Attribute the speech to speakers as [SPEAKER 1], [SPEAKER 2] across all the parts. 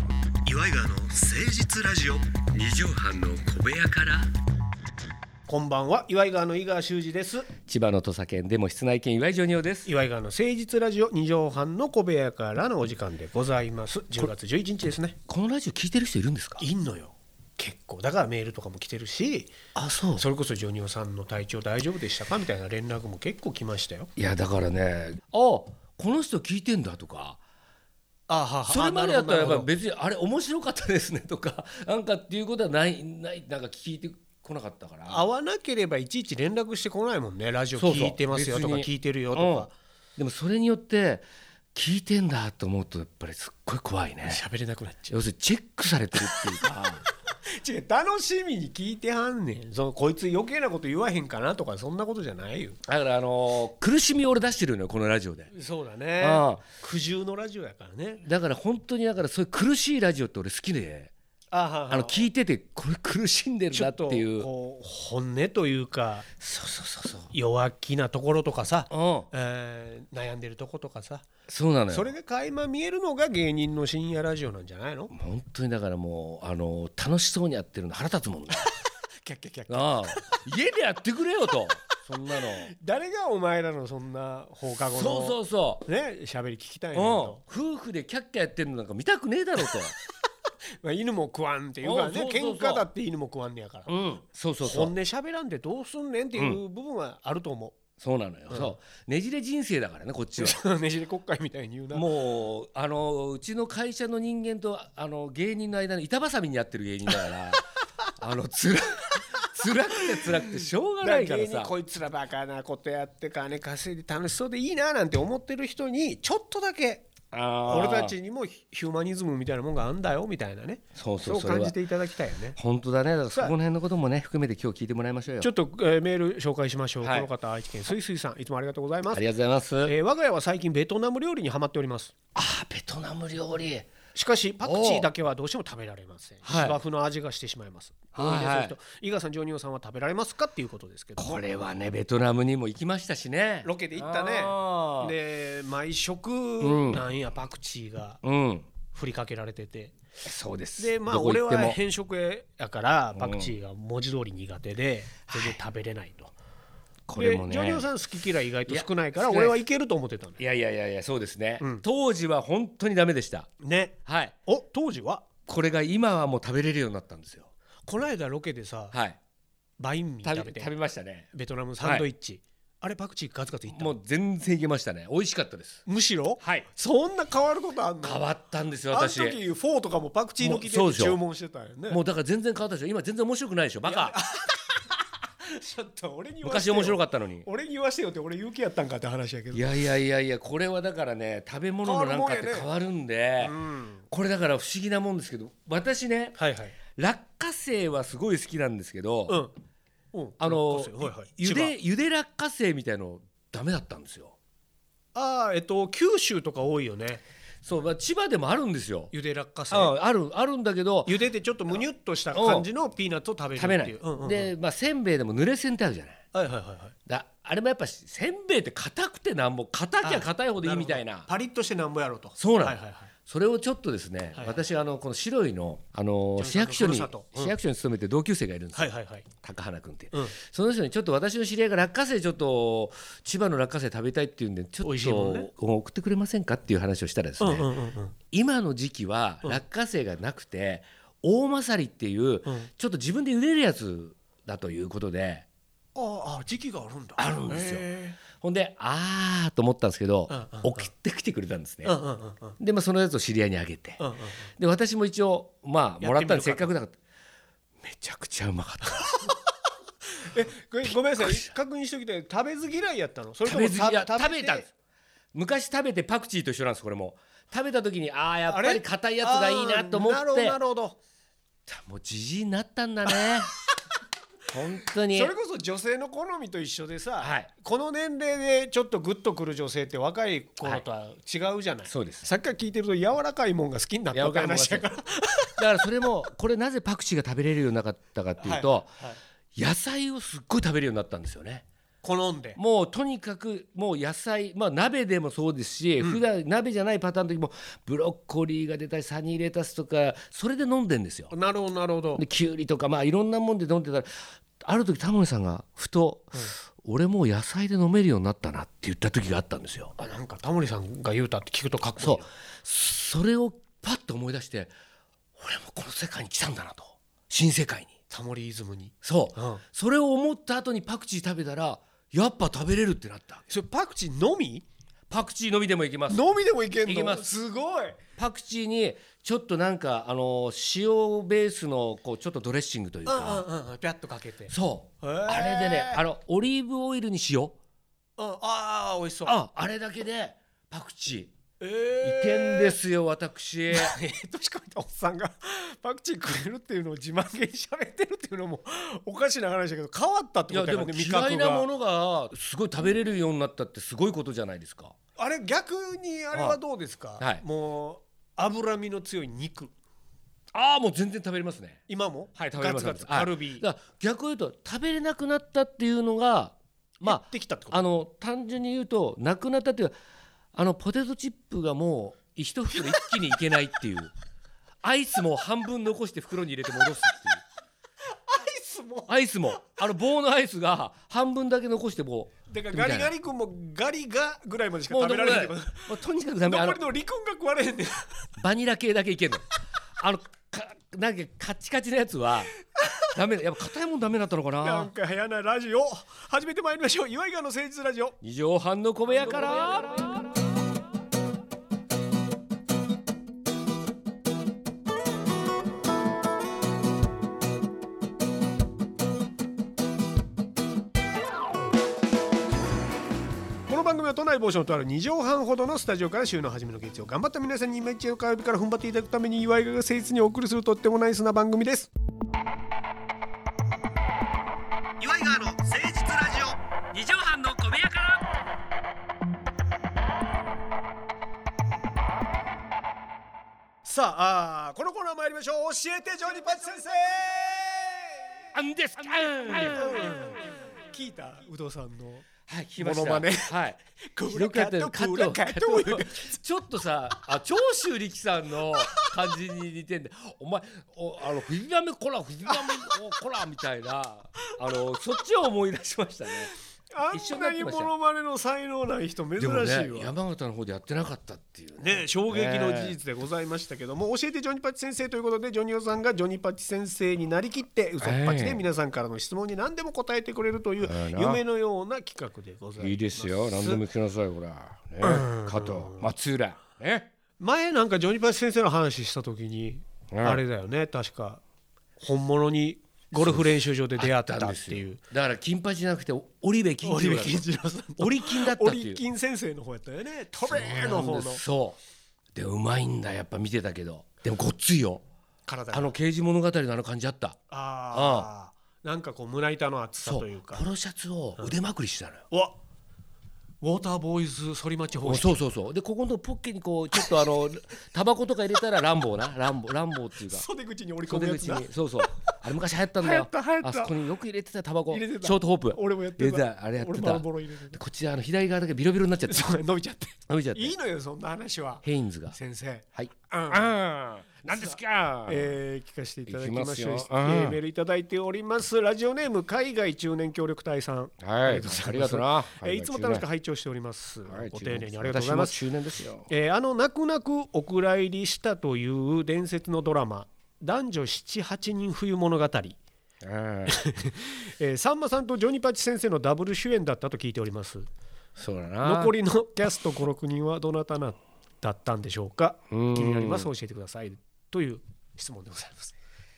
[SPEAKER 1] イガーの誠実ラジオ
[SPEAKER 2] 二畳半の小部屋から
[SPEAKER 3] こんばんは岩井川の井川修司です
[SPEAKER 2] 千葉の土佐県でも室内犬岩井ジョニオです
[SPEAKER 3] 岩井川の誠実ラジオ二畳半の小部屋からのお時間でございます10月11日ですね
[SPEAKER 2] このラジオ聞いてる人いるんですか
[SPEAKER 3] いんのよ結構だからメールとかも来てるし
[SPEAKER 2] あそう
[SPEAKER 3] それこそジョニオさんの体調大丈夫でしたかみたいな連絡も結構来ましたよ
[SPEAKER 2] いやだからねあこの人聞いてんだとか
[SPEAKER 3] あは
[SPEAKER 2] それまでやったらやっぱ
[SPEAKER 3] り
[SPEAKER 2] 別にあれ面白かったですねとか なんかっていうことはないないなんか聞いてこなかったから
[SPEAKER 3] 会わなければいちいち連絡してこないもんねラジオ聞いてますよとか
[SPEAKER 2] 別に
[SPEAKER 3] 聞いてるよと
[SPEAKER 2] うんでもそれによって聞いてんだと思うとやっぱりすっごい怖いね
[SPEAKER 3] か喋れなくなっちゃ
[SPEAKER 2] 要するにチェックされてるっていう か
[SPEAKER 3] う違う楽しみに聞いてはんねんそのこいつ余計なこと言わへんかなとかそんなことじゃないよ
[SPEAKER 2] だからあのー苦しみを俺出してるのよこのラジオで
[SPEAKER 3] そうだね
[SPEAKER 2] ああ
[SPEAKER 3] 苦渋のラジオやからね
[SPEAKER 2] だから本当にだからそういう苦しいラジオって俺好きで
[SPEAKER 3] あはは
[SPEAKER 2] あの聞いててこれ苦しんでる
[SPEAKER 3] ちょ
[SPEAKER 2] な
[SPEAKER 3] っ
[SPEAKER 2] っ
[SPEAKER 3] てと
[SPEAKER 2] いう
[SPEAKER 3] こう本音というか
[SPEAKER 2] そうそうそうそう
[SPEAKER 3] 弱気なところとかさ、
[SPEAKER 2] うん
[SPEAKER 3] えー悩んでるとことかさ
[SPEAKER 2] そうなのよ
[SPEAKER 3] それが垣間見えるのが芸人の深夜ラジオなんじゃないの
[SPEAKER 2] 本当にだからもうあの楽しそうにやってるの腹立つもんね
[SPEAKER 3] キャッキャッキャッ
[SPEAKER 2] ああ家でやってくれよとそんなの
[SPEAKER 3] 誰がお前らのそんな放課後の
[SPEAKER 2] そうそうそ、
[SPEAKER 3] ね喋り聞きたいうね
[SPEAKER 2] うん
[SPEAKER 3] んと、
[SPEAKER 2] 夫婦でキャッキャやってるのなんか見たくねえだろう
[SPEAKER 3] まあ、犬も食わんっていうから
[SPEAKER 2] お
[SPEAKER 3] ね
[SPEAKER 2] うそうそうそう
[SPEAKER 3] 喧嘩だって犬も食わんねやから
[SPEAKER 2] と、うん、そうそうそ
[SPEAKER 3] 本音
[SPEAKER 2] う
[SPEAKER 3] 喋らんでどうすんねんっていう部分はあると思
[SPEAKER 2] そうなのよ、
[SPEAKER 3] うん
[SPEAKER 2] そうねじれ人生だからねこっちは
[SPEAKER 3] う、 ねじれ国会みたいに言うな
[SPEAKER 2] もうあのうちの会社の人間とあの芸人の間の板挟みにやってる芸人だから あのつら辛くて辛くてしょうがな
[SPEAKER 3] だ
[SPEAKER 2] い
[SPEAKER 3] か
[SPEAKER 2] かららさ
[SPEAKER 3] こいつらバカなことやって金稼いで楽しそうでいいななんて思ってる人にちょっとだけ俺
[SPEAKER 2] 俺
[SPEAKER 3] たちにもヒヒューマニズムみたいなもんがあんだよみたいなね
[SPEAKER 2] そう
[SPEAKER 3] そ
[SPEAKER 2] そう
[SPEAKER 3] う
[SPEAKER 2] それ
[SPEAKER 3] 感
[SPEAKER 2] は
[SPEAKER 3] じていただきたいよね
[SPEAKER 2] 本当だねだからそ
[SPEAKER 3] さあ
[SPEAKER 2] この辺のこともね含めて今日聞いてもらいましょうよ
[SPEAKER 3] ちょっと、えーメール紹介しましょう、
[SPEAKER 2] はい
[SPEAKER 3] この方愛知県すいすいさんいつもありがとうございま
[SPEAKER 2] あ
[SPEAKER 3] す、
[SPEAKER 2] りがとうございます、
[SPEAKER 3] えー我が家は最近ベトナム料理にハマっております
[SPEAKER 2] あーベトナム料理
[SPEAKER 3] しかしパクチーだけはどうしても食べられません
[SPEAKER 2] はい
[SPEAKER 3] 芝生の味がしてしまいますどういう人
[SPEAKER 2] はいはい
[SPEAKER 3] 伊賀さんジョニオさんは食べられますかっていうことですけど
[SPEAKER 2] これはねベトナムにも行きましたしね
[SPEAKER 3] ロケで行ったね
[SPEAKER 2] あー
[SPEAKER 3] で毎食
[SPEAKER 2] ん
[SPEAKER 3] なんやパクチーが
[SPEAKER 2] うん
[SPEAKER 3] 振りかけられてて
[SPEAKER 2] そうです
[SPEAKER 3] でまあ
[SPEAKER 2] どこ
[SPEAKER 3] 俺
[SPEAKER 2] 行っ
[SPEAKER 3] は
[SPEAKER 2] ても
[SPEAKER 3] 偏食やからパクチーが文字通り苦手で全然食べれないと、
[SPEAKER 2] これも
[SPEAKER 3] でジョニオ
[SPEAKER 2] ね
[SPEAKER 3] さん好き嫌い意外と少ないから
[SPEAKER 2] いや少ないです
[SPEAKER 3] 俺はいけると思ってたんだ
[SPEAKER 2] い
[SPEAKER 3] よ
[SPEAKER 2] やいやいやいやそうですね、
[SPEAKER 3] うん
[SPEAKER 2] 当時は本当にダメでした
[SPEAKER 3] ね
[SPEAKER 2] はい
[SPEAKER 3] お当時は
[SPEAKER 2] これが今はもう食べれるようになったんですよ
[SPEAKER 3] この間ロケでさ
[SPEAKER 2] はい
[SPEAKER 3] バインミー
[SPEAKER 2] 食
[SPEAKER 3] 食べ
[SPEAKER 2] べ
[SPEAKER 3] て
[SPEAKER 2] 食べましたね
[SPEAKER 3] ベトナムサンドイッチ、あれパクチーガツガツいった
[SPEAKER 2] もう全然いけましたね美味しかったです
[SPEAKER 3] むしろ
[SPEAKER 2] はい
[SPEAKER 3] そんな変わることあんの
[SPEAKER 2] 変わったんですよ
[SPEAKER 3] あの
[SPEAKER 2] 私
[SPEAKER 3] 時フォーとかもパクチーのきで
[SPEAKER 2] もうそうでしょ
[SPEAKER 3] 注文してたよね
[SPEAKER 2] もうだから全然変わったでしょ今全然面白くないでしょバカ
[SPEAKER 3] ちょっと俺に言わせ
[SPEAKER 2] 昔
[SPEAKER 3] てよ
[SPEAKER 2] 面白かったのに
[SPEAKER 3] 俺に言わせてよって俺勇気やったんかって話やけど
[SPEAKER 2] いやいやいやいやこれはだからね食べ物のなんかって
[SPEAKER 3] 変
[SPEAKER 2] 変わるんで
[SPEAKER 3] うん
[SPEAKER 2] これだから不思議なもんですけど私ね
[SPEAKER 3] はいはい
[SPEAKER 2] 落花生はすごい好きなんですけど、
[SPEAKER 3] うんうん
[SPEAKER 2] あの
[SPEAKER 3] はいはい
[SPEAKER 2] ゆ
[SPEAKER 3] 千葉
[SPEAKER 2] でゆで落花生みたいのダメだったんですよ
[SPEAKER 3] ああえっと九州とか多いよね
[SPEAKER 2] そうまあ千葉でもあるんですよ
[SPEAKER 3] ゆで落花生
[SPEAKER 2] ああるあるんだけど
[SPEAKER 3] ゆでてちょっとむにゅっとした感じのピーナッツを食べる
[SPEAKER 2] 食べな
[SPEAKER 3] ってい、
[SPEAKER 2] いう
[SPEAKER 3] うんうんうん、
[SPEAKER 2] で、まあ、せんべいでも濡れせんってあるじゃない
[SPEAKER 3] はいはいはいはい
[SPEAKER 2] だあれもやっぱしせんべいって硬くてなんぼ硬きゃ硬いほどいいみたい
[SPEAKER 3] るほ
[SPEAKER 2] な
[SPEAKER 3] どパリッとしてなんぼやろうと
[SPEAKER 2] そうなの
[SPEAKER 3] はいはいはい
[SPEAKER 2] それをちょっとですね、
[SPEAKER 3] はい
[SPEAKER 2] 私あのこの白いの、あの
[SPEAKER 3] ジョン
[SPEAKER 2] 市
[SPEAKER 3] さんのふる
[SPEAKER 2] 役所に
[SPEAKER 3] さとうん
[SPEAKER 2] 市役所に勤めてる同級生がいるんですよ、
[SPEAKER 3] はいはいはい
[SPEAKER 2] 高花君って、
[SPEAKER 3] うん
[SPEAKER 2] その人にちょっと私の知り合いが落花生ちょっと千葉の落花生食べたいっていうんでちょ
[SPEAKER 3] 美
[SPEAKER 2] っ
[SPEAKER 3] 味しいもんね
[SPEAKER 2] と送ってくれませんかっていう話をしたらです
[SPEAKER 3] う
[SPEAKER 2] ね、
[SPEAKER 3] んうんうんうん
[SPEAKER 2] 今の時期は落花生がなくて、大まさりっていう、
[SPEAKER 3] うん
[SPEAKER 2] ちょっと自分で茹でるやつだということで
[SPEAKER 3] ああああ時期があるんだ
[SPEAKER 2] あるんですよ
[SPEAKER 3] へ
[SPEAKER 2] ほんであーと思ったんですけど、
[SPEAKER 3] うんうんうん
[SPEAKER 2] 送ってきてくれたんですね、
[SPEAKER 3] えうんうんうんうん
[SPEAKER 2] で、まあ、そのやつを知り合いにあげて、
[SPEAKER 3] うんうんうん
[SPEAKER 2] で私も一応まあ
[SPEAKER 3] や
[SPEAKER 2] も
[SPEAKER 3] ってみるから
[SPEAKER 2] らったんでせっかくだからめちゃくちゃうまか った
[SPEAKER 3] えごめんごめんなさい確認しておきたい食べず嫌いやったのそれと
[SPEAKER 2] 食
[SPEAKER 3] も
[SPEAKER 2] べずにいや
[SPEAKER 3] た
[SPEAKER 2] 食べ
[SPEAKER 3] て
[SPEAKER 2] たんです昔食べてパクチーと一緒なんですこれも食べた時にああやっ
[SPEAKER 3] あ
[SPEAKER 2] ぱ
[SPEAKER 3] れ
[SPEAKER 2] り硬いやつがいいなと思っ
[SPEAKER 3] あーなるほど
[SPEAKER 2] て
[SPEAKER 3] なるほど
[SPEAKER 2] もうじじいになったんだ ね本当に
[SPEAKER 3] それこそ女性の好みと一緒でさ、
[SPEAKER 2] はい
[SPEAKER 3] この年齢でちょっとグッとくる女性って若い頃とは違うじゃない、
[SPEAKER 2] そうです
[SPEAKER 3] さっきから聞いてると柔らかいもんが好きになったって話やから
[SPEAKER 2] 柔だからそれもこれなぜパクチーが食べれるようになかったかっていう
[SPEAKER 3] は
[SPEAKER 2] と、
[SPEAKER 3] いはい
[SPEAKER 2] 野菜をすっごい食べるようになったんですよね
[SPEAKER 3] 好んで
[SPEAKER 2] もうとにかくもう野菜、まあ、鍋でもそうですし、普段鍋じゃないパターンの時もブロッコリーが出たりサニーレタスとかそれで飲んでんですよ。
[SPEAKER 3] なるほどなるほど
[SPEAKER 2] できゅうりとか、まあ、いろんなもんで飲んでたらある時タモリさんがふと、俺もう野菜で飲めるようになったな」って言った時があったんですよ。
[SPEAKER 3] あなんかタモリさんが言うたって聞くとかっこいい
[SPEAKER 2] そうそれをパッと思い出して俺もこの世界に来たんだなと新世界に
[SPEAKER 3] タモリイズムに
[SPEAKER 2] そう、
[SPEAKER 3] うん
[SPEAKER 2] それを思った後にパクチー食べたらやっぱ食べれるってなった
[SPEAKER 3] それパクチーのみ
[SPEAKER 2] パクチーのみでもいきます
[SPEAKER 3] のみでもいけんの
[SPEAKER 2] いけます
[SPEAKER 3] すごい
[SPEAKER 2] パクチーにちょっとなんかあの塩ベースのこうちょっとドレッシングという
[SPEAKER 3] うんう
[SPEAKER 2] か、
[SPEAKER 3] んうんうんピャッとかけて
[SPEAKER 2] そう
[SPEAKER 3] へー
[SPEAKER 2] あれでねあのオリーブオイルに塩
[SPEAKER 3] うんああ美味しそう
[SPEAKER 2] ああれだけでパクチ
[SPEAKER 3] え
[SPEAKER 2] ー
[SPEAKER 3] え
[SPEAKER 2] いけんです よ私
[SPEAKER 3] えー、年越えたおっさんがパクチー食えるっていうのを自慢げに喋ってるっていうのもおかしな話だけど変わったっ
[SPEAKER 2] い
[SPEAKER 3] てこと
[SPEAKER 2] やで
[SPEAKER 3] やか
[SPEAKER 2] も
[SPEAKER 3] らね味
[SPEAKER 2] 嫌い
[SPEAKER 3] 覚
[SPEAKER 2] な
[SPEAKER 3] が
[SPEAKER 2] ものがすごい食べれるようになったってすごいことじゃないですか
[SPEAKER 3] あれ逆にあれはどうですか、
[SPEAKER 2] はい
[SPEAKER 3] もう脂身の強い肉
[SPEAKER 2] ああもう全然食べれますね
[SPEAKER 3] 今も、
[SPEAKER 2] はい食べ
[SPEAKER 3] ガ
[SPEAKER 2] れます
[SPEAKER 3] ツガツ
[SPEAKER 2] はい
[SPEAKER 3] カルビ、
[SPEAKER 2] だから逆を言うと食べれなくなったっていうのが
[SPEAKER 3] ま
[SPEAKER 2] ま
[SPEAKER 3] あできたってこ
[SPEAKER 2] あ
[SPEAKER 3] と
[SPEAKER 2] あの単純に言うとなくなったっていうあのポテトチップがもう一袋一気にいけないっていう アイスも半分残して袋に入れて戻すっていう
[SPEAKER 3] アイスも
[SPEAKER 2] アイスもあの棒のアイスが半分だけ残しても
[SPEAKER 3] だからガリガリ君もガリガぐらいまでしか食べられないってこと
[SPEAKER 2] もうとにかくダメあ
[SPEAKER 3] 残
[SPEAKER 2] の
[SPEAKER 3] りの離婚が食われへんねん
[SPEAKER 2] バニラ系だけいけんのあのかなんかカチカチのやつはダメだやっぱ硬いもんダメだったのか
[SPEAKER 3] なん
[SPEAKER 2] な
[SPEAKER 3] か早なラジオ始めてまいりましょう岩井川の誠実ラジオ
[SPEAKER 2] 二畳半の小部屋から
[SPEAKER 3] この番組は都内某所のとある2畳半ほどのスタジオから週の初めの月曜頑張った皆さんに毎日の火曜日から踏ん張っていただくために岩井川が誠実にお送りするとってもナイスな番組です
[SPEAKER 1] 岩井川の誠実ラジ
[SPEAKER 2] 二畳半の小部屋から
[SPEAKER 3] さああーこのコーナー参りましょう教えてジョニーパチ先生
[SPEAKER 2] なんですか
[SPEAKER 3] 聞いた有働さんの
[SPEAKER 2] はい聞きまし
[SPEAKER 3] モノマ
[SPEAKER 2] た
[SPEAKER 3] ネ
[SPEAKER 2] はい
[SPEAKER 3] ク
[SPEAKER 2] ひどかった
[SPEAKER 3] カ
[SPEAKER 2] よ加
[SPEAKER 3] ッ
[SPEAKER 2] 藤
[SPEAKER 3] トカット言うて
[SPEAKER 2] ちょっとさあ長州力さんの感じに似てんでお前おあの藤波コラ藤波コラみたいなあのそっちを思い出しましたね
[SPEAKER 3] あ
[SPEAKER 2] 一緒
[SPEAKER 3] ん
[SPEAKER 2] にな
[SPEAKER 3] な
[SPEAKER 2] って
[SPEAKER 3] に
[SPEAKER 2] ました
[SPEAKER 3] モノ
[SPEAKER 2] よ
[SPEAKER 3] マネの才能ない人珍しい
[SPEAKER 2] でも
[SPEAKER 3] わ
[SPEAKER 2] ね山形の方でやってなかったっていうね
[SPEAKER 3] ね、衝撃の事実でございましたけども、教えてジョニパチ先生ということでジョニオさんがジョニパチ先生になりきって嘘っぱち
[SPEAKER 2] え
[SPEAKER 3] で
[SPEAKER 2] え
[SPEAKER 3] 皆さんからの質問に何でも答えてくれるという
[SPEAKER 2] ええな
[SPEAKER 3] 夢のような企画でございます。
[SPEAKER 2] いいですよ何でも聞きなさいほら、ね、加藤松浦ね
[SPEAKER 3] 前なんかジョニパチ先生の話した時に、
[SPEAKER 2] ええ
[SPEAKER 3] あれだよね確か本物にゴルフ練習場で出会ったっていう。
[SPEAKER 2] だから金八じゃなくて織部金
[SPEAKER 3] 織部
[SPEAKER 2] 次郎だった
[SPEAKER 3] 金次郎さんの
[SPEAKER 2] 織金だった
[SPEAKER 3] オ
[SPEAKER 2] ってい
[SPEAKER 3] リ
[SPEAKER 2] う
[SPEAKER 3] キン先生の方やったよねトレーの方の
[SPEAKER 2] そうでうまいんだやっぱ見てたけどでもごっついよ
[SPEAKER 3] 体が
[SPEAKER 2] あの刑事物語のあの感じあった
[SPEAKER 3] あーなんかこう胸板の厚さ
[SPEAKER 2] そ
[SPEAKER 3] と
[SPEAKER 2] う
[SPEAKER 3] いうか
[SPEAKER 2] ポロシャツを腕まくりしてたのよ、
[SPEAKER 3] うわウォーターボーイズ反町方
[SPEAKER 2] お
[SPEAKER 3] 式
[SPEAKER 2] そうそうそうでここのポッケにこうちょっとあの タバコとか入れたらランボーなランボーランボーっていうか
[SPEAKER 3] 袖口に折り込む
[SPEAKER 2] 袖
[SPEAKER 3] や
[SPEAKER 2] 口
[SPEAKER 3] つだ
[SPEAKER 2] にそうそうあれ昔流行ったんだよ
[SPEAKER 3] 流行った流行った
[SPEAKER 2] あそこによく入れてたタバコシ
[SPEAKER 3] 入れ
[SPEAKER 2] ョ
[SPEAKER 3] てた
[SPEAKER 2] ートホープ
[SPEAKER 3] 俺もやってた
[SPEAKER 2] 入れてたあれやって
[SPEAKER 3] 俺
[SPEAKER 2] た
[SPEAKER 3] ボロボロ入れて
[SPEAKER 2] でこっちあの左側だけビロビロになっちゃっ
[SPEAKER 3] た
[SPEAKER 2] て
[SPEAKER 3] そう伸びちゃ って
[SPEAKER 2] 伸びちゃって
[SPEAKER 3] いいのよそんな話は
[SPEAKER 2] ヘインズが
[SPEAKER 3] 先生
[SPEAKER 2] はい
[SPEAKER 3] うん
[SPEAKER 2] あ何ですか
[SPEAKER 3] えー聞かせていただきましょう
[SPEAKER 2] いきますよ
[SPEAKER 3] えー
[SPEAKER 2] うん
[SPEAKER 3] メールいただいておりますラジオネーム海外中年協力隊さん
[SPEAKER 2] はい
[SPEAKER 3] ます
[SPEAKER 2] ありがとうな
[SPEAKER 3] えーいつも楽しく
[SPEAKER 2] は
[SPEAKER 3] 拝聴しております
[SPEAKER 2] い
[SPEAKER 3] ご丁寧にありがとうございます
[SPEAKER 2] 私も中年ですよ
[SPEAKER 3] えーあの泣く泣くお蔵入りしたという伝説のドラマ「男女78人冬物語」
[SPEAKER 2] うん
[SPEAKER 3] えーさんまさんとジョニパチ先生のダブル主演だったと聞いております
[SPEAKER 2] そうだな
[SPEAKER 3] 残りのキャスト56人はどなたなだったんでしょうか気
[SPEAKER 2] うん
[SPEAKER 3] になります教えてくださいという質問でございます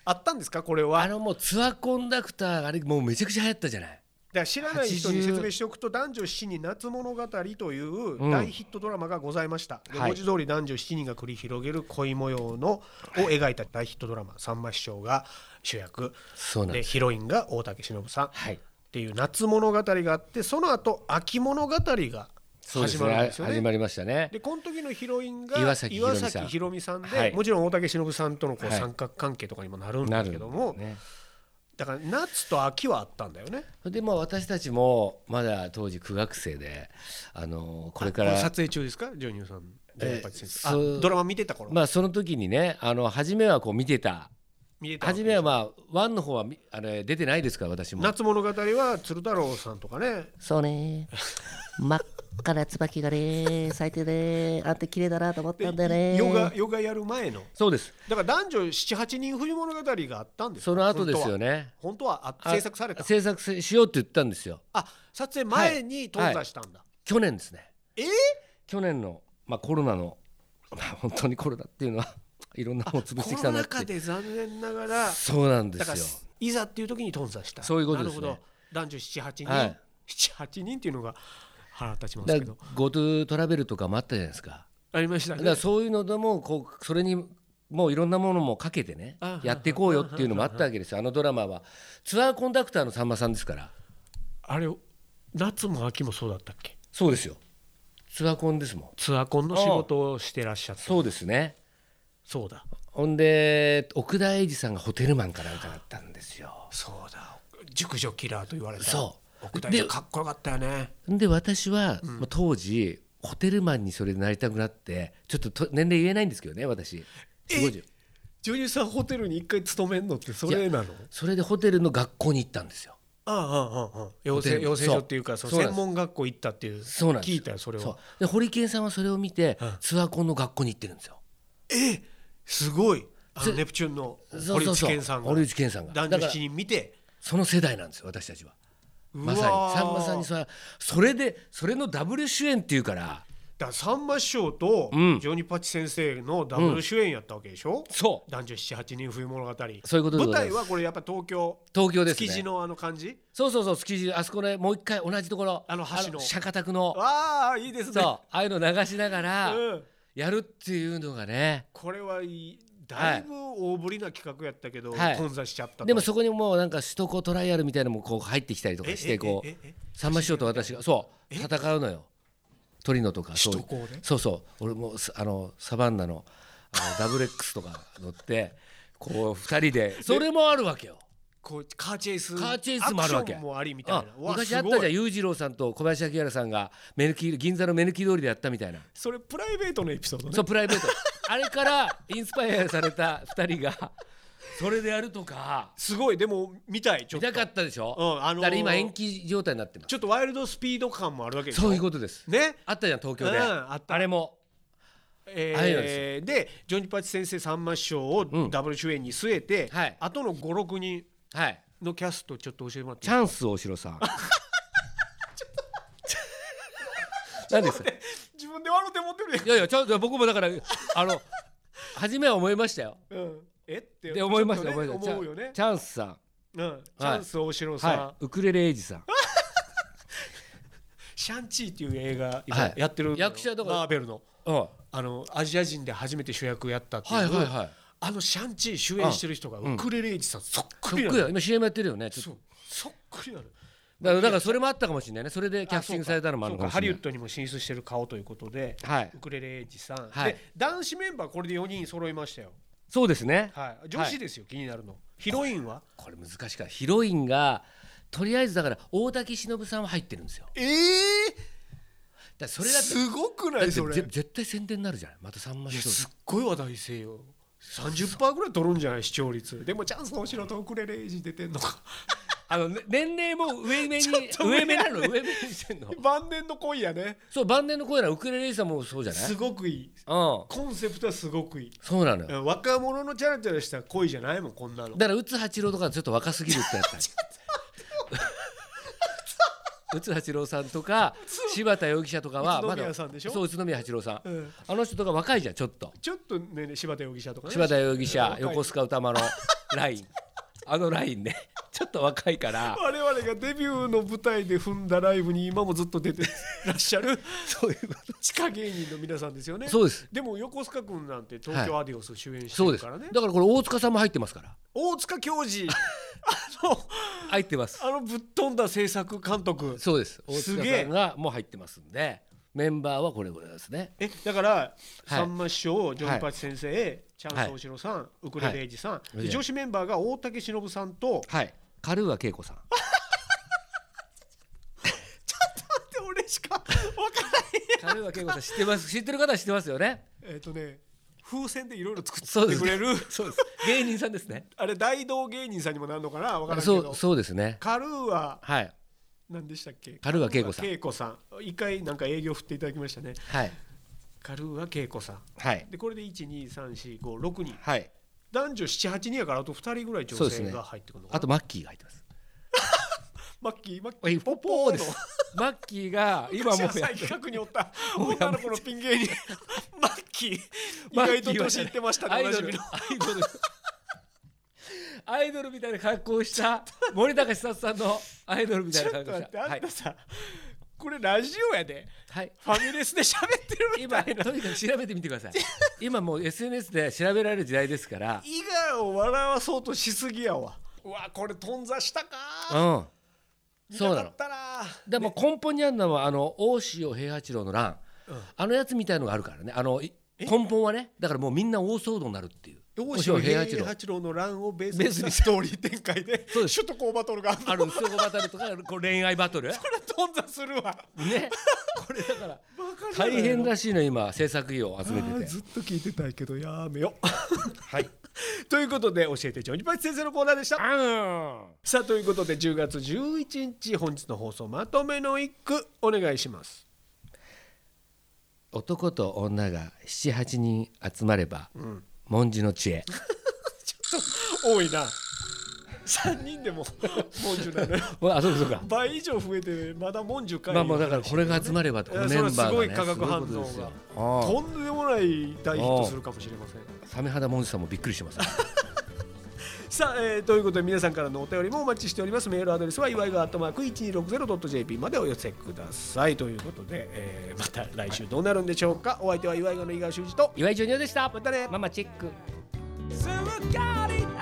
[SPEAKER 3] あったんですかこれは
[SPEAKER 2] あ
[SPEAKER 3] だか
[SPEAKER 2] のもうツアーコンダクターあれもうめちゃくちゃ流行ったじゃない
[SPEAKER 3] ら知らない人に
[SPEAKER 2] 80
[SPEAKER 3] 説明しておくと男女7人夏物語という
[SPEAKER 2] うん
[SPEAKER 3] 大ヒットドラマがございました、で
[SPEAKER 2] はい
[SPEAKER 3] 文字通り男女7人が繰り広げる恋模様のを描いた大ヒットドラマさんま師匠が主役
[SPEAKER 2] そうなん
[SPEAKER 3] で
[SPEAKER 2] です
[SPEAKER 3] ヒロインが大竹しのぶさん
[SPEAKER 2] はい
[SPEAKER 3] っていう夏物語があってその後秋物語が
[SPEAKER 2] そうで
[SPEAKER 3] 始
[SPEAKER 2] す
[SPEAKER 3] まるん
[SPEAKER 2] ね
[SPEAKER 3] ですよね。
[SPEAKER 2] 始まりましたね
[SPEAKER 3] でこの時のヒロインが
[SPEAKER 2] 岩崎
[SPEAKER 3] 岩
[SPEAKER 2] 宏美さん
[SPEAKER 3] 崎宏美さんで、
[SPEAKER 2] はい
[SPEAKER 3] もちろん大竹しのぶさんとのこう
[SPEAKER 2] はい
[SPEAKER 3] 三角関係とかにもなるん
[SPEAKER 2] な
[SPEAKER 3] だ
[SPEAKER 2] るん
[SPEAKER 3] け
[SPEAKER 2] だ
[SPEAKER 3] ど
[SPEAKER 2] よ
[SPEAKER 3] も、
[SPEAKER 2] ね
[SPEAKER 3] だから夏と秋はあったんだよね
[SPEAKER 2] それでまあ私たちもまだ当時苦学生であのこれから
[SPEAKER 3] 撮影中ですかジョニオさんジョニオパチ先生
[SPEAKER 2] えー
[SPEAKER 3] あドラマ見てた頃、
[SPEAKER 2] まあその時にねあの初めはこう見てた
[SPEAKER 3] 見てたわけ
[SPEAKER 2] 初めはまあワンの方はみあれ出てないですから私も
[SPEAKER 3] 夏物語は鶴太郎さんとかね
[SPEAKER 4] そうね。真っ赤な椿がね、咲いてね、あんた綺麗だなと思ったんだよね。
[SPEAKER 3] ヨガヨガやる前の
[SPEAKER 2] そうです
[SPEAKER 3] だから男女78人冬物語があったんです
[SPEAKER 2] その後ですよ
[SPEAKER 3] ね
[SPEAKER 2] ね
[SPEAKER 3] 本当は本当はあ
[SPEAKER 2] あ
[SPEAKER 3] 制作された
[SPEAKER 2] 制作せしようって言ったんですよ
[SPEAKER 3] あ撮影前に頓挫したんだ、
[SPEAKER 2] 去年ですね
[SPEAKER 3] えー
[SPEAKER 2] 去年のまあコロナのまあ本当にコロナっていうのは いろんなもの潰してき
[SPEAKER 3] こ
[SPEAKER 2] た
[SPEAKER 3] の
[SPEAKER 2] なっ
[SPEAKER 3] 中
[SPEAKER 2] て
[SPEAKER 3] で残念ながら
[SPEAKER 2] そうなんで
[SPEAKER 3] だから
[SPEAKER 2] す
[SPEAKER 3] いざっていう時に頓挫した
[SPEAKER 2] そういうことですね
[SPEAKER 3] なるほど男女78人、
[SPEAKER 2] はい
[SPEAKER 3] 78人っていうのが腹立ち
[SPEAKER 2] よ
[SPEAKER 3] ます
[SPEAKER 2] だ
[SPEAKER 3] け
[SPEAKER 2] から
[SPEAKER 3] ど
[SPEAKER 2] GoTo トラベルとかもあったじゃないですか
[SPEAKER 3] ありました
[SPEAKER 2] だから
[SPEAKER 3] ね
[SPEAKER 2] そういうのでもこうそれにもういろんなものもかけてね
[SPEAKER 3] あ
[SPEAKER 2] やっていこうよっていうのもあったわけですよあのドラマはツアーコンダクターのさんまさんですから
[SPEAKER 3] あれ夏も秋もそうだったっけ
[SPEAKER 2] そうですよツアーコンですもん
[SPEAKER 3] ツアーコンの仕事をしてらっしゃった
[SPEAKER 2] そうですね
[SPEAKER 3] そうだ
[SPEAKER 2] ほんで奥田瑛二さんがホテルマンかなんかだったんですよ
[SPEAKER 3] そうだ熟女キラーと言われた
[SPEAKER 2] そう
[SPEAKER 3] 奥田瑛二かっこよかったよね
[SPEAKER 2] で私は、まあ当時ホテルマンにそれでなりたくなってちょっとと年齢言えないんですけどね私
[SPEAKER 3] え
[SPEAKER 2] 50
[SPEAKER 3] 女優さんホテルに一回勤めんのってそ
[SPEAKER 2] れ
[SPEAKER 3] なの
[SPEAKER 2] それでホテルの学校に行ったんですよ
[SPEAKER 3] ああああああ養
[SPEAKER 2] ホテ
[SPEAKER 3] 成
[SPEAKER 2] ル
[SPEAKER 3] 養成所っていうかそ
[SPEAKER 2] そう
[SPEAKER 3] の
[SPEAKER 2] そうな
[SPEAKER 3] 専
[SPEAKER 2] んです
[SPEAKER 3] 門学校行ったっていう
[SPEAKER 2] そうなんです
[SPEAKER 3] 聞いたよそれ
[SPEAKER 2] そう
[SPEAKER 3] を
[SPEAKER 2] で堀健さんはそれを見て、ツアーコンの学校に行ってるんですよ
[SPEAKER 3] えすごいあの
[SPEAKER 2] そ
[SPEAKER 3] ネプチューンの
[SPEAKER 2] そう
[SPEAKER 3] 堀
[SPEAKER 2] そう
[SPEAKER 3] 内
[SPEAKER 2] そう
[SPEAKER 3] 健さんが
[SPEAKER 2] 堀内健さんが
[SPEAKER 3] 男
[SPEAKER 2] だ
[SPEAKER 3] 女
[SPEAKER 2] から
[SPEAKER 3] 7人見て
[SPEAKER 2] その世代なんですよ私たちは
[SPEAKER 3] う
[SPEAKER 2] まさにさんまさんにそれそれでそれのダブル主演っていうから
[SPEAKER 3] だからさんま師匠と
[SPEAKER 2] うん
[SPEAKER 3] ジョニパチ先生のダブル主演やったわけでしょ
[SPEAKER 2] そう
[SPEAKER 3] 男女78人冬物語
[SPEAKER 2] そういうことで
[SPEAKER 3] 舞
[SPEAKER 2] ござい
[SPEAKER 3] 台
[SPEAKER 2] ます
[SPEAKER 3] はこれやっぱ東京
[SPEAKER 2] 東京です
[SPEAKER 3] 築地
[SPEAKER 2] ね
[SPEAKER 3] のあの感じ
[SPEAKER 2] そうそうそう築地あそこねもう一回同じところ
[SPEAKER 3] あの橋の
[SPEAKER 2] 釈迦宅の
[SPEAKER 3] ああいいです
[SPEAKER 2] そ
[SPEAKER 3] ね
[SPEAKER 2] うああいうの流しながら
[SPEAKER 3] うん
[SPEAKER 2] やるっていうのがね
[SPEAKER 3] これはいいだいぶ大ぶりな企画やったけど
[SPEAKER 2] はい
[SPEAKER 3] 混雑しちゃったと
[SPEAKER 2] でもそこにもうなんか首都高トライアルみたいなのもこう入ってきたりとか
[SPEAKER 3] え
[SPEAKER 2] してこ
[SPEAKER 3] ええええ
[SPEAKER 2] うさんま師匠と私がそう戦うのよトリノとかそういう
[SPEAKER 3] 首都高ね
[SPEAKER 2] そうそう俺もすあのサバンナのあのダブル X とか乗ってこう二人でそれもあるわけよ。
[SPEAKER 3] こうカーチェイス
[SPEAKER 2] カーチェイスもあるわけ
[SPEAKER 3] アクションもありみたい
[SPEAKER 2] あ
[SPEAKER 3] なうわ
[SPEAKER 2] 昔
[SPEAKER 3] す
[SPEAKER 2] あっ
[SPEAKER 3] ごい
[SPEAKER 2] たじゃん裕次郎さんと小林明さんが目抜き銀座の目抜き通りでやったみたいな
[SPEAKER 3] それプライベートのエピソードね
[SPEAKER 2] そうプライベートあれからインスパイアされた2人がそれでやるとか
[SPEAKER 3] すごいでも見たいちょっ
[SPEAKER 2] 見
[SPEAKER 3] と
[SPEAKER 2] たかったでしょ、
[SPEAKER 3] うんあのー
[SPEAKER 2] だから今延期状態になってま
[SPEAKER 3] ちょっとワイルドスピード感もあるわけですしょ
[SPEAKER 2] そういうことです
[SPEAKER 3] ね
[SPEAKER 2] あったじゃん東京で、
[SPEAKER 3] うんあった
[SPEAKER 2] れもああいうの
[SPEAKER 3] えー、でジョニパチ先生さんま師匠を
[SPEAKER 2] ん
[SPEAKER 3] ダブル主演に据えて、
[SPEAKER 2] はい
[SPEAKER 3] 後の56人
[SPEAKER 2] はい
[SPEAKER 3] のキャストちょっと教えてもらっていい
[SPEAKER 2] チャンス大城さ ん何ですか
[SPEAKER 3] 自分で笑って持ってるやん
[SPEAKER 2] いやいやちょっと僕もだからあの初めは思いましたよ
[SPEAKER 3] うん、えって
[SPEAKER 2] で思いました、
[SPEAKER 3] ちょっ
[SPEAKER 2] 思い
[SPEAKER 3] と
[SPEAKER 2] ま
[SPEAKER 3] ね
[SPEAKER 2] した
[SPEAKER 3] 思うよね
[SPEAKER 2] チャンスさん
[SPEAKER 3] うん、チャンス大城さん、
[SPEAKER 2] はいウクレレエイジさん
[SPEAKER 3] シャンチーっていう映画今
[SPEAKER 2] はい
[SPEAKER 3] やってるのよ、
[SPEAKER 2] 役者だから
[SPEAKER 3] マーベルの
[SPEAKER 2] うんは
[SPEAKER 3] あのアジア人で初めて主役やったって
[SPEAKER 2] い
[SPEAKER 3] いう、
[SPEAKER 2] はいはい
[SPEAKER 3] あのシャンチー主演してる人が
[SPEAKER 2] うん
[SPEAKER 3] ウクレレイジさんそっ
[SPEAKER 2] そ
[SPEAKER 3] く
[SPEAKER 2] っ
[SPEAKER 3] りな
[SPEAKER 2] く
[SPEAKER 3] の
[SPEAKER 2] りだ今 CM やってるよねちょっと
[SPEAKER 3] そうそっくりなの
[SPEAKER 2] だからだからそれもあったかもしれないねそれでキャスティングされたのもあるのかも
[SPEAKER 3] ハ
[SPEAKER 2] し
[SPEAKER 3] リ
[SPEAKER 2] れ
[SPEAKER 3] ウ
[SPEAKER 2] な
[SPEAKER 3] ッ
[SPEAKER 2] い
[SPEAKER 3] ドにも進出してる顔ということで、
[SPEAKER 2] はい
[SPEAKER 3] ウクレレイジさん、
[SPEAKER 2] はい
[SPEAKER 3] で男子メンバーこれで4人揃いましたよ、
[SPEAKER 2] そうですね
[SPEAKER 3] はい、女子ですよ、気になるのヒロインは
[SPEAKER 2] これ難しいからヒロインがとりあえずだから大竹しのぶさんは入ってるんですよだか
[SPEAKER 3] え
[SPEAKER 2] らそ
[SPEAKER 3] ー、
[SPEAKER 2] れだってだ
[SPEAKER 3] すごくな
[SPEAKER 2] っ
[SPEAKER 3] い
[SPEAKER 2] て
[SPEAKER 3] それ
[SPEAKER 2] ぜ絶対宣伝になるじゃないまたさんま
[SPEAKER 3] い
[SPEAKER 2] 師
[SPEAKER 3] や
[SPEAKER 2] 匠
[SPEAKER 3] すっごい話題性よ30%ぐらい取るんじゃない視聴率でもチャンスのお城とウクレレイジ出てんのか
[SPEAKER 2] あのね年齢も上 目に
[SPEAKER 3] と上
[SPEAKER 2] 上目なの上目にしてんの
[SPEAKER 3] 晩年の恋やね
[SPEAKER 2] そう晩年の声ならウクレレエイジさんもそうじゃないうん
[SPEAKER 3] すごくいい
[SPEAKER 2] そ
[SPEAKER 3] コンセプトはすごくいいう
[SPEAKER 2] なのよ
[SPEAKER 3] 若者のチャラチャラした恋じゃないもんこんなの
[SPEAKER 2] だから内八郎とかちょっと若すぎるってやった宇津八郎さんと か柴田容疑者とかは
[SPEAKER 3] 宇都
[SPEAKER 2] ま
[SPEAKER 3] 宮
[SPEAKER 2] だ
[SPEAKER 3] さんでしょ
[SPEAKER 2] そう宇都宮八郎さん、
[SPEAKER 3] うん
[SPEAKER 2] あの人とか若いじゃんちょっと
[SPEAKER 3] ちょっとね柴田容疑者とかね
[SPEAKER 2] 柴田容疑者
[SPEAKER 3] 若い
[SPEAKER 2] 横須賀歌 丸のラインあのラインねちょっと若いから
[SPEAKER 3] 我々がデビューの舞台で踏んだライブに今もずっと出てらっしゃる そういう地下芸人の皆さんですよね
[SPEAKER 2] そうです
[SPEAKER 3] でも横須賀君なんて東京アディオス主演して
[SPEAKER 2] そう
[SPEAKER 3] る
[SPEAKER 2] です
[SPEAKER 3] からね、
[SPEAKER 2] だからこれ大塚さんも入ってますから
[SPEAKER 3] 大塚教授あの
[SPEAKER 2] 入ってます
[SPEAKER 3] あのぶっ飛んだ制作監督
[SPEAKER 2] そうです大
[SPEAKER 3] す
[SPEAKER 2] 塚
[SPEAKER 3] げえ
[SPEAKER 2] さんがもう入ってますんでメンバーはこれぐらいですね
[SPEAKER 3] えだから、さんま師匠ジョンパチ先生、チャン
[SPEAKER 2] は
[SPEAKER 3] ス
[SPEAKER 2] い
[SPEAKER 3] 大城さん、ウクレレイジさん、
[SPEAKER 2] い
[SPEAKER 3] で女子メンバーが大竹しのぶさんと
[SPEAKER 2] はいカルーア恵子さん
[SPEAKER 3] って俺しかわからない
[SPEAKER 2] カルーア恵子さん知ってます知ってる方は知ってますよね
[SPEAKER 3] えっとね風船でいろいろ作
[SPEAKER 2] そう
[SPEAKER 3] っ
[SPEAKER 2] で
[SPEAKER 3] て
[SPEAKER 2] す
[SPEAKER 3] くれる
[SPEAKER 2] そうです芸人さんですね
[SPEAKER 3] あれ大道芸人さんにもなるのかなわからんけ
[SPEAKER 2] そ
[SPEAKER 3] ど
[SPEAKER 2] うそうですね
[SPEAKER 3] カルーア
[SPEAKER 2] はい
[SPEAKER 3] 何でしたっけ
[SPEAKER 2] カルーア恵子さん
[SPEAKER 3] 恵子さん一回なんか営業振っていただきましたね
[SPEAKER 2] はい
[SPEAKER 3] カルーア恵子さん
[SPEAKER 2] はい
[SPEAKER 3] でこれで12345人
[SPEAKER 2] はい
[SPEAKER 3] 男女78人やからあと2人ぐらい
[SPEAKER 2] そう
[SPEAKER 3] 女
[SPEAKER 2] です
[SPEAKER 3] 性
[SPEAKER 2] ね
[SPEAKER 3] が入ってくるのかな
[SPEAKER 2] あとマッキーが入ってます
[SPEAKER 3] マッキーマッキ
[SPEAKER 2] え
[SPEAKER 3] ー
[SPEAKER 2] ポ
[SPEAKER 3] ポッポー
[SPEAKER 2] ッポーで
[SPEAKER 3] ですす
[SPEAKER 2] マッキーが今
[SPEAKER 3] 今
[SPEAKER 2] も
[SPEAKER 3] も
[SPEAKER 2] うや
[SPEAKER 3] 企画におっ た女の子のピン芸人 マッキー意
[SPEAKER 2] マッ
[SPEAKER 3] 外
[SPEAKER 2] キ
[SPEAKER 3] と
[SPEAKER 2] ーは
[SPEAKER 3] 年いってましたね
[SPEAKER 2] ア
[SPEAKER 3] お
[SPEAKER 2] イ
[SPEAKER 3] な
[SPEAKER 2] ド
[SPEAKER 3] じ
[SPEAKER 2] ル
[SPEAKER 3] みの
[SPEAKER 2] アイドルアイドルみたいな格好をした森高千里さんのアイドルみたい
[SPEAKER 3] ち
[SPEAKER 2] な
[SPEAKER 3] ょっ
[SPEAKER 2] 格
[SPEAKER 3] と
[SPEAKER 2] 好を
[SPEAKER 3] 待ってあ
[SPEAKER 2] したは
[SPEAKER 3] ん
[SPEAKER 2] い
[SPEAKER 3] たさこれラジオやで
[SPEAKER 2] はい
[SPEAKER 3] ファミレスで喋ってるみた
[SPEAKER 2] 今
[SPEAKER 3] いな
[SPEAKER 2] とにかく調べてみてください今もう SNS で調べられる時代ですから
[SPEAKER 3] 伊賀を笑わそうとしすぎやわうわこれ頓挫したか
[SPEAKER 2] うん
[SPEAKER 3] 見
[SPEAKER 2] そう
[SPEAKER 3] た
[SPEAKER 2] な
[SPEAKER 3] か
[SPEAKER 2] の
[SPEAKER 3] ったな
[SPEAKER 2] でも根本にあるのはあの大塩平八郎の乱、あのやつみたいのがあるからねあのい根本はねだからもうみんな大騒動になるっていう
[SPEAKER 3] 大塩平八郎の乱をベースにしたストーリー展開 で
[SPEAKER 2] そうです
[SPEAKER 3] 首都高バトルがあんの
[SPEAKER 2] ある嘘語バトルとかこう恋愛バトルね
[SPEAKER 3] 頓挫するわ
[SPEAKER 2] これだから
[SPEAKER 3] バカ
[SPEAKER 2] 大
[SPEAKER 3] じゃない
[SPEAKER 2] 変らしいの今制作費を集め
[SPEAKER 3] あー
[SPEAKER 2] てて
[SPEAKER 3] ずっと聞いてたいけどやめよう はいということで教えてジョニパチ先生のコーナーでしたさあということで10月11日本日の放送まとめの一句お願いします
[SPEAKER 2] 男と女が78人集まれば、文字の知 恵
[SPEAKER 3] 多いな3人でも文殊なのよ
[SPEAKER 2] あそうかそうか
[SPEAKER 3] 倍以上増えてまだ文殊かい
[SPEAKER 2] まあもうだからこれが集まればこの
[SPEAKER 3] いや
[SPEAKER 2] メンバ
[SPEAKER 3] そ
[SPEAKER 2] ーが、ね、
[SPEAKER 3] れはすごい化学反応が
[SPEAKER 2] すごいことですよああ
[SPEAKER 3] とんでもない大ヒットするかもしれません
[SPEAKER 2] サメ肌モンジさんもびっくりしてます、ね、
[SPEAKER 3] さあ、えーということで皆さんからのお便りもお待ちしておりますメールアドレスは祝いがアットマーク 1260.jp までお寄せくださいということで、えーまた来週どうなるんでしょうか、お相手は祝いがの井川修司と
[SPEAKER 2] 岩井ジョニオでした
[SPEAKER 3] またね
[SPEAKER 2] ママチェック
[SPEAKER 3] 「すっかり